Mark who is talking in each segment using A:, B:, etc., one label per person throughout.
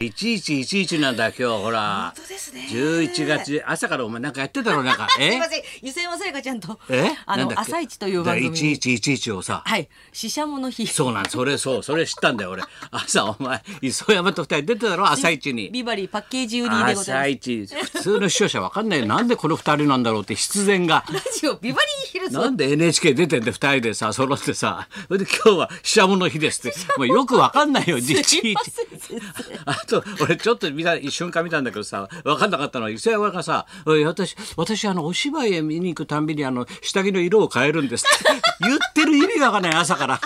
A: 1111なんだ今日ほら
B: 本当ですね
A: 11月朝からお前なんかやってたろなんか
B: すいません湯煎はさやかちゃんと
A: え
B: あ
A: なん
B: の
A: だっけ
B: 朝一という番組
A: だ1111をさ
B: はいししゃもの日
A: そうなんそれそうそれ知ったんだよ俺朝お前磯山と二人出てたろ朝一に
B: ビバリーパッケージ売りでござ
A: 朝
B: い
A: 一普通の視聴者わかんないよなんでこの二人なんだろうって必然が
B: ますラジオビバリーヒルズ
A: なんで NHK 出てんで二人でさ揃ってさそれで今日はししゃもの日ですってもうよくわかんないよ
B: すい
A: 1111
B: ません先生
A: あと俺ちょっと見た一瞬間見たんだけどさ分かんなかったのは伊勢山がさ「おい私私あのお芝居へ見に行くたんびにあの下着の色を変えるんです」 って言ってる意味がわかんない朝から。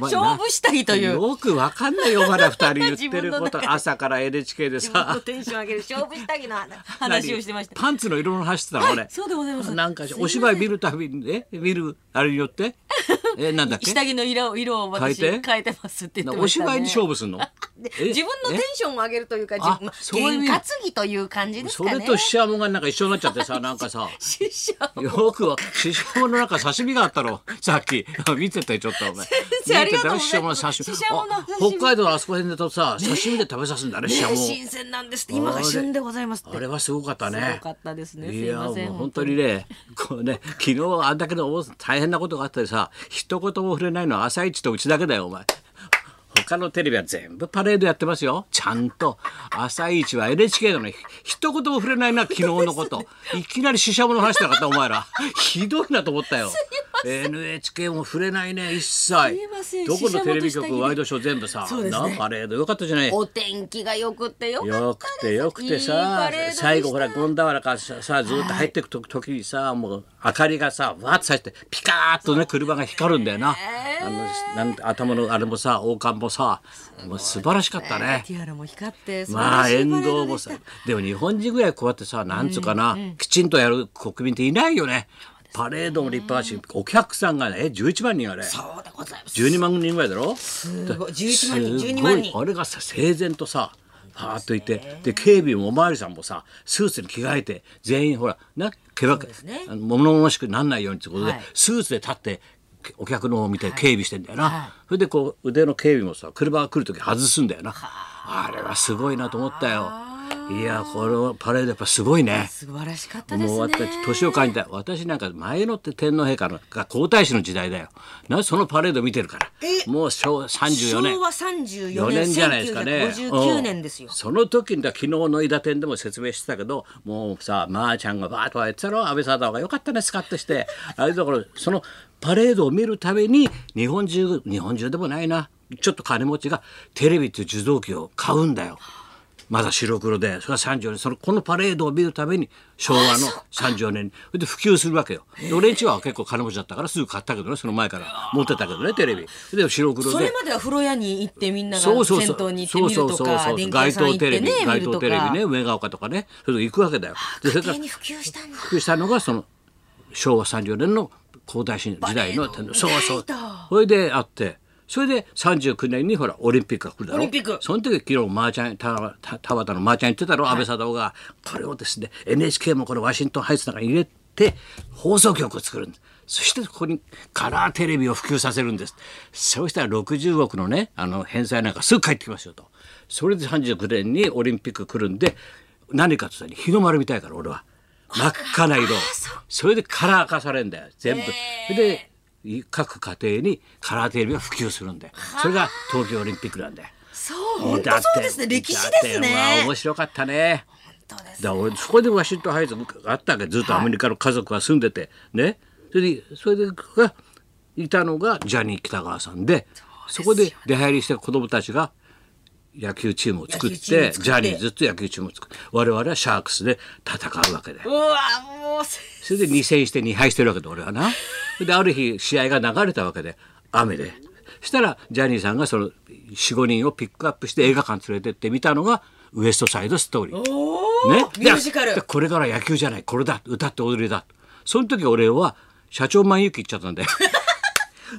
A: お前な
B: 勝負したいという
A: よくわかんないよまだ二人言ってる
B: 自分の
A: こ
B: 中で
A: と朝から NHK で
B: 自分の
A: さ
B: テンション上げる勝負下着の話をして ました
A: 何パンツの色の話してたの俺、
B: そうでございます
A: なんかお芝居見るたびにえ見るあれによってえなんだっけ
B: 下着の色を色を私
A: 変え
B: 変
A: て
B: えてますって言って
A: お
B: ましたね
A: 芝居に勝負すんの
B: で
A: え
B: 自分のテンションを上げるというか自
A: あ
B: 分まあ
A: そういう意味
B: 験担ぎという感じです
A: そ
B: かね
A: れとシシャモがなんか一緒になっちゃってさなんかさ
B: ししゃも
A: よくは、師匠の中刺身があったろ、さっき。 見てたよ、ちょっとお前。
B: 生ありがとう
A: 見
B: ご
A: て
B: ざ
A: た
B: い
A: よ
B: ま
A: 師匠の刺
B: す
A: 身。
B: 師匠の
A: あ
B: 刺身
A: 北海道のあそこ辺でとさ、刺身で食べさすんだね、師匠
B: ね
A: も。
B: 新鮮なんですって今が旬でございますって
A: あれはすごかったね。
B: すごかったですね
A: いや
B: すいません
A: もう本当にね、こうね、昨日あんだけの大変なことがあったりさ、一言も触れないのは朝一とうちだけだよ、お前。他のテレビは全部パレードやってますよ。ちゃんと。朝一は NHK なのに、一言も触れないな、昨日の こと。いきなり死者もの話してなかった、お前ら。ひどいなと思ったよ。NHK も触れないね、一切
B: いませ。ん
A: どこのテレビ
B: 死者もと下着
A: 局、
B: で
A: ワイドショー全部さ、
B: そうですね
A: なパレードよかったじゃない。
B: お天気がよくてよかった
A: よくて
B: です
A: よくて
B: いい
A: さ
B: パレードでした
A: 最後ほら権田原からささずっと入ってくと時にさもう明かりがさわーっとさしてピカーッとね車が光るんだよなあのなん頭のあれもさ王冠もさもう素晴らしかったね
B: テ。ィアラも光って素晴
A: ま
B: ら
A: あ
B: しい
A: 沿
B: パレー
A: 道
B: ド
A: も
B: でした
A: さでも日本人ぐらいこうやってさなんつうかな、きちんとやる国民っていないよね。パレードも立派だしお客さんがね11万人あれ
B: そうでございます
A: 12万人ぐらいだろ
B: すごい11万人
A: す
B: 12
A: ご
B: 万
A: い
B: 人
A: あれがさ整然とさはーっといてで警備もおまわりさんもさスーツに着替えて全員ほらなけばけ、
B: すね
A: あの物々しくなんないようにってことで、
B: はい
A: スーツで立ってけお客のを見て警備してんだよな、
B: はい
A: それでこう腕の警備もさ車が来る時外すんだよなあれはすごいなと思ったよいやこのパレードやっぱすごいね
B: 素晴らしかったですね
A: もう私年を感じた私なんか前のって天皇陛下のが皇太子の時代だよなそのパレード見てるから
B: え
A: もう昭和34年
B: 昭和34
A: 4
B: 年
A: 年じゃないですかね
B: 1959年ですよ
A: うんその時にだ昨日の伊田店でも説明してたけどもうさまー、ちゃんがバーッとやってたろ安倍貞夫が良かったねスカッとしてあれだからそのパレードを見るために日本中日本中でもないなちょっと金持ちがテレビっていう受動機を買うんだよ。まだ白黒でそれが34年そのこのパレードを見るために昭和の34年にそれで普及するわけよ。で俺んちは結構金持ちだったからすぐ買ったけどねその前から持ってたけどねテレビ。で白黒で。
B: それまでは風呂屋に行ってみんなが
A: そうそう
B: 銭
A: そう
B: 湯に行って見るとか電気屋
A: 街
B: さん行
A: 頭
B: っ
A: テレ
B: て
A: ビ
B: ね見
A: 街
B: る
A: 頭
B: と
A: テレビね
B: か
A: 上ヶ丘とかねそれで行くわけだよでそれ
B: 家
A: から
B: 庭に普及したんだ
A: 普及したのがその昭和34年の皇太子時代の
B: バレーの
A: そうそう
B: 時代だ
A: それであってそれで39年にほらオリンピックが来るだろ
B: オリンピック
A: その時昨日まーちゃんたた田畑のまーちゃん言ってたろ安倍貞夫がこれをですね NHK もこのワシントンハイツの中に入れて放送局を作るんですそしてここにカラーテレビを普及させるんですそうしたら60億のねあの返済なんかすぐ返ってきますよとそれで39年にオリンピック来るんで何かとさ日の丸みたいから俺は真っ赤な色それでカラー化されるんだよ全部、それで各家庭にカラーテレビが普及するんだよそれが東京オリンピックなんだよ
B: そう本当そうですね歴史です
A: だってまあ
B: ね
A: 面白かったね。
B: 本当です
A: だから俺そこでワシントンハイツがあったわけずっとアメリカの家族が住んでて、ねそれでそれでがいたのがジャニー喜多川さんでそこで出入りした子供たちが野球チームを作っ
B: 野
A: て
B: 球チーム作って
A: ジャニーズって野球チームを作って我々はシャークスで戦うわけだよ
B: うわもうせ
A: それで2戦して2敗してるわけで俺はな。である日試合が流れたわけで雨で。したらジャニーさんがその45人をピックアップして映画館連れてって見たのが「ウエストサイドストーリー」。
B: おー
A: ね、
B: ミュージカル
A: でこれから野球じゃないこれだ歌って踊りだその時俺は社長万有期行っちゃったんだよ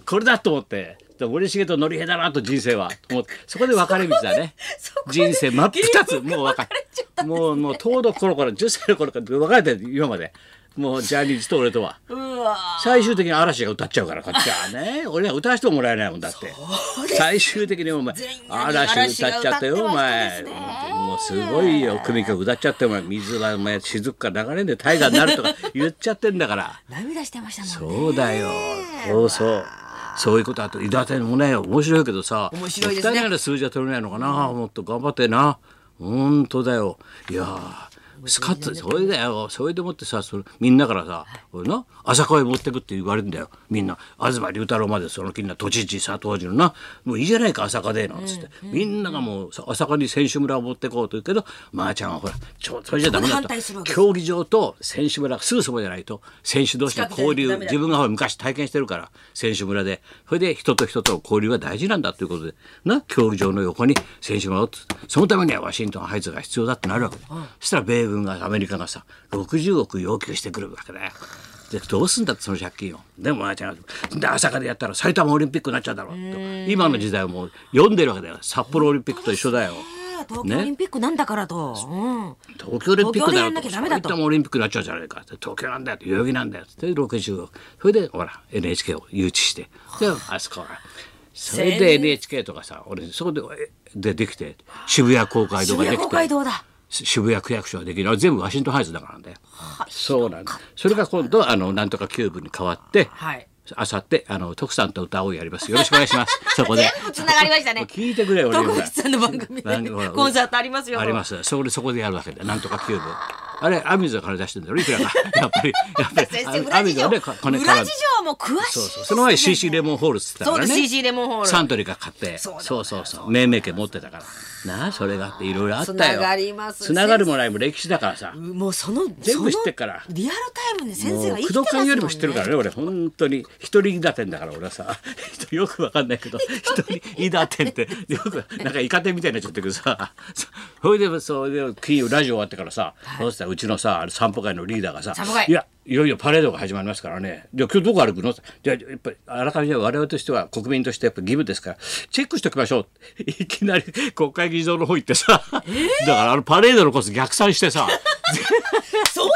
A: これだと思ってで森重とノリヘだなと人生はと思ってそこで分かれ道だ ね
B: そこで
A: 人生真っ二つ
B: ゲームが
A: もう分か
B: 分かれちゃっ
A: もうもう糖度ころころ10歳の頃から分かれてる今までもうジャニーズと俺とは
B: うわ
A: 最終的に嵐が歌っちゃうからこっちは ね俺には歌わせてもらえないもんだって最終的にお前
B: 全員が
A: 嵐歌っちゃったよお前
B: 嵐が歌ってましたね
A: もうすごいよ組曲歌っちゃってお前水はお前雫から流れんで大河になるとか言っちゃってんだから。
B: 涙してましたもんね
A: そうだよ。そうそう。そういうことあと、伊達もね、面白いけどさ。
B: 面白いですね
A: もったいないな数字は取れないのかな、もっと頑張ってな。本当だよ。いやー。スカッとそれだよそれでもってさそのみんなからさ「俺な朝声持ってく」って言われるんだよみんな東龍太郎までその気にな都知事佐藤のな「もういいじゃないか朝霞で」なんつって、みんながもうさ朝霞に選手村を持ってこうと言うけどまー、ちゃんはほらちょそれじゃダメだ
B: 反
A: と
B: 対するわけです
A: 競技場と選手村がすぐそばじゃないと選手同士の交流
B: 近くじゃないとダメだ
A: 自分がほら昔体験してるから選手村でそれで人と人との交流が大事なんだということでな競技場の横に選手村をつそのためにはワシントンハイツが必要だってなるわけだ、そしたら米軍がアメリカがさ60億要求してくるわけだよ。でどうすんだってその借金をでもあちゃんで朝霞でやったら埼玉オリンピックになっちゃうだろうと今の時代はもう読んでるわけだよ札幌オリンピックと一緒だよ。
B: ね東京オリンピックなんだからと、うん
A: 東京オリンピックだよ
B: 東京でやんなきゃダメ
A: そ
B: だ
A: ういっ
B: と
A: たもオリンピックになっちゃうじゃないかって東京なんだよ代々木なんだよって60億それでほら NHK を誘致してであそこはそれで NHK とかさ俺そこでえでできて渋谷公会堂が
B: 渋
A: で
B: 谷
A: き
B: 公
A: て
B: 会堂だ
A: 渋谷区役所ができるあれ全部ワシントンハイツだからねそうなんだそれが今度あのなんとかキューブに変わって、
B: はい
A: あさってあの徳さんと歌おうやりますよろしくお願いしますそこで
B: 全部つながりましたね
A: 聞いてくれよ俺
B: 徳光さんの番組
A: 番組ほら
B: コンサートありますよ
A: ありますそれそこでやるわけでなんとかキューブあれアミューズの金出してんだろいく らかやっぱりやっぱり
B: 先生
A: あ
B: 裏
A: アミューズ
B: 事
A: は
B: 情
A: ねこ金
B: 裏
A: 絡ん
B: 事
A: で
B: 情も詳しい
A: そうそうその前に CC レモンホールっつってたからね
B: そうです CC レモンホール
A: サントリーが買って
B: そうだ
A: そうそうそう命名権持ってたからなあそれがあっていろいろあったよ
B: つながります
A: つながるもないも歴史だからさ
B: もうその
A: 全部知ってっから
B: そのリアルタイムで先生
A: もう
B: が生
A: 工
B: きて
A: 藤
B: ますも
A: 君
B: んね
A: よりも知ってるからね俺本当に一人だてんだから俺はさ よくわかんないけど一人だてんってよくなんかイカ天みたいになっちゃってるけどさそそれでそれで金曜ラジオ終わってからさ、そうしたらうちのさあの散歩会のリーダーがさ
B: 散歩会
A: いやいよいよパレードが始まりますからねじゃあ今日どこ歩くのってじゃあやっぱりあらかじめ我々としては国民としてやっぱ義務ですからチェックしておきましょういきなり国会議事堂の方行ってさ、だからあのパレードのコース逆算してさ
B: そういうことだ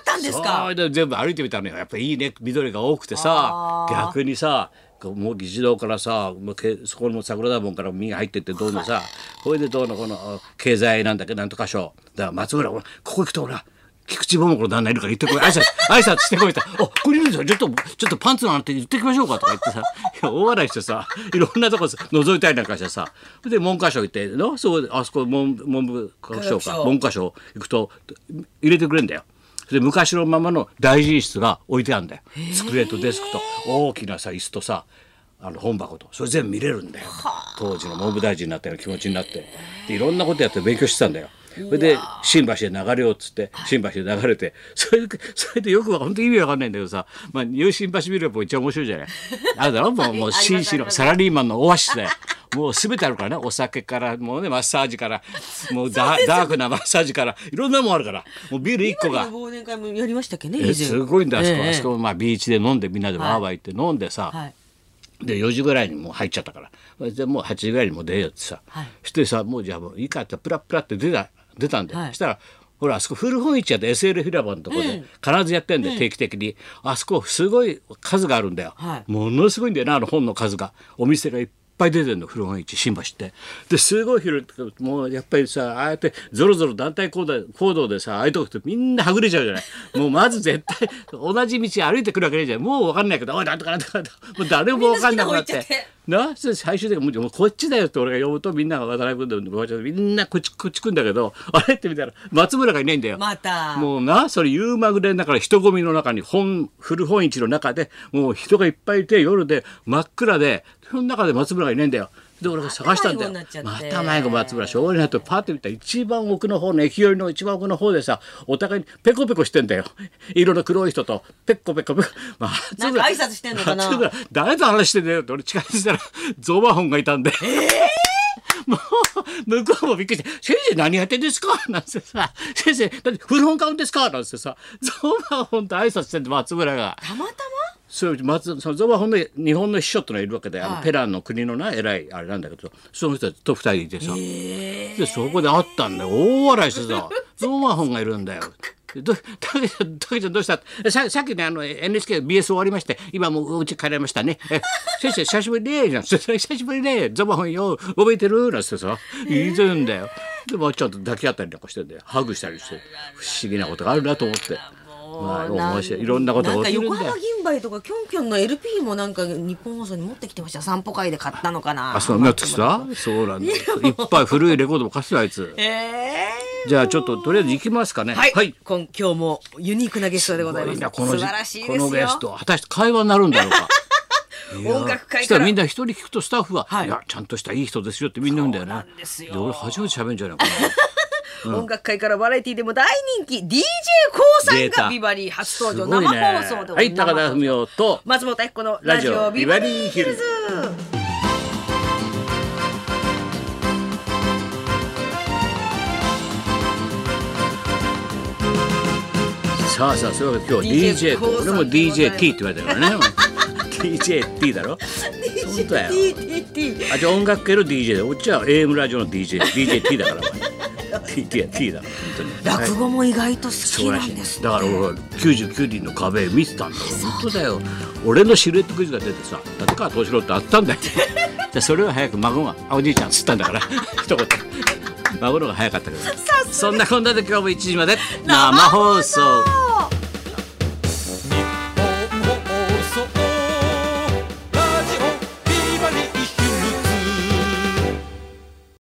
B: ったんです
A: そ
B: か
A: うで全部歩いてみたのよやっぱいいね緑が多くてさ逆にさこうもう議事堂からさもうけそこの桜田門から右入ってってどうのさこれでどうのこのあ経済なんだっけなんとか賞だから松村ほらここ行くとほら菊池桃子の旦那いるから行ってこい挨拶 挨拶してこいと「あここにいるんですよちょっとちょっとパンツのなんて言ってきましょうか」とか言ってさいや大笑いしてさいろんなとこ覗いたりなんかしてさで文科省行ってのそうあそこ文文部科学省
B: 科
A: か
B: 学省
A: 文科省行くと入れてくれんだよ。それで昔のままの大臣室が置いてあるんだよ机とデスクと大きなさ椅子とさあの本箱とそれ全部見れるんだよ当時の文部大臣になったような気持ちになってでいろんなことやって勉強してたんだよそれで新橋で流れようっつって新橋で流れてそれでそれでよくわ本当に意味わかんないんだけどさ、まあ、新橋ビルも一番面白いじゃないあれだろもうもう
B: あります
A: 紳士
B: あり
A: の
B: ます
A: サラリーマンのオアシスだよ。もうすべてあるからねお酒からもうねマッサージからもうダダークなマッサージからいろんなもんあるからもうビール1個が
B: 忘年会もやりましたっけね以
A: え
B: 前
A: すごいんだあそこ、
B: ええ
A: あそこまあビーチで飲んでみんなでワーワー行って飲んでさ、
B: はい
A: で4時ぐらいにもう入っちゃったからでもう8時ぐらいにもう出ようってさ、
B: はい
A: してさもうじゃあもういいかってプラプラって出た出たんだよ、
B: はい
A: したらほらあそこ古本市やって SL 広場のとこで必ずやってんで、定期的にあそこすごい数があるんだよ、
B: はい
A: ものすごいんだよなあの本の数がお店がいっぱい出てるの古本市新橋ってですごい広いもうやっぱりさああやってぞろぞろ団体行動行動でさああいうとこってみんなはぐれちゃう じゃないもうまず絶対同じ道歩いてくるわけないじゃんもう分かんないけど「おいなんとかなんとかなんとか」もう誰も分かんなくなっ
B: みんな好きな方行
A: て
B: っちゃって。
A: なそれ最終的にもうこっちだよって俺が呼ぶとみんなが渡辺君でもみんなこっちこっち来んだけどあれって見たら松村がいないんだよ。
B: また
A: もうなそれ夕まぐれの中で人混みの中に本古本市の中でもう人がいっぱいいて夜で真っ暗でその中で松村がいないんだよ。で俺が探したんだよ
B: また迷子になっち
A: ま
B: ゃっ。て
A: た迷子松村しょうがないとパッて見たら一番奥の方の駅寄りの一番奥の方でさお互いにペコペコしてんだよ。 色の黒い人とペッコペコペコ。 松
B: なんか挨拶してんのかな
A: 松村誰と話してんだよって俺近づいたら ゾマホンがいたんで。 もう向こうもびっくりして「先生何やってんですか?」なんてさ「先生だって古本買うんですか?」なんてさゾマホンと挨拶してんで松村が
B: たまた
A: そう松そのゾマホンの日本の秘書ってのがいるわけで、あ
B: は
A: の
B: い
A: ペランの国のな偉いあれなんだけどその人と二人いてさ、でそこで会ったんだよ大笑いしてさゾマホンがいるんだよ。どたけちゃんたけちゃんどうしたささっきねあの NHKBS 終わりまして今もううち帰られましたねえ先生久しぶりねなんて久しぶりねゾマホンよ覚えてるなんてさ言いづんだよでもちょっと抱き合ったりなんかしてんだよハグしたりして不思議なことがあるなと思って。まあ、面白いいろんなことが
B: なん
A: 起
B: か
A: きるん
B: 横
A: だよ
B: 浜。銀杯とかキョンキョンの LP もなんか日本放送に持ってきてました散歩会で買ったのかな
A: あ、そう、なってきた。そうなんだ。いっぱい古いレコードも貸すよ、あいつ。
B: ええ
A: じゃあ、ちょっと、とりあえず行きますかね。
B: はい、こん今日もユニークなゲストでございます
A: すごいなこの
B: 素
A: じ
B: 晴らしいです
A: こ
B: よ
A: のゲスト、果たして会話になるんだろうか。
B: 音楽
A: そ
B: 会
A: した
B: からら
A: みんな一人聞くとスタッフは、
B: はい
A: い、やちゃんとしたいい人ですよってみんな言うんだよね。
B: そうなんですよ
A: 俺初めて喋るんじゃないかな。
B: 音楽界からバラエティでも大人気 DJ コウさん
A: データ
B: がビバリー初登
A: す
B: 場、
A: ごいね
B: 生放送で
A: はい、高田文夫と
B: 松本明子の
A: ラ
B: ラ
A: ジ
B: ジ
A: オ
B: オ
A: ビ
B: ビ
A: バ
B: バ
A: リ
B: リ
A: ー
B: ー
A: ヒ
B: ヒ
A: ル
B: ル
A: ズ
B: ズ
A: さあさあそういうわけで今日
B: DJ
A: DJ こ俺も DJT って言われてるからね。DJT だろ。そう だよ
B: TTT
A: あじゃあ音楽系の DJ で、うちは AM ラジオの DJ、DJT だからお前。TT だから本当に。
B: 落語も意外と好
A: そ
B: き
A: うら
B: な
A: しい
B: ん
A: ね
B: です、ね
A: だから俺は99人の壁見てたんだ本当だよ俺のシルエットクイズが出てさ立川敏郎ってあったんだよ じゃあそれを早く孫が「あおじいちゃん」っつったんだから 一言孫の方が早かったけどそんなこんなで今日も1時まで生放送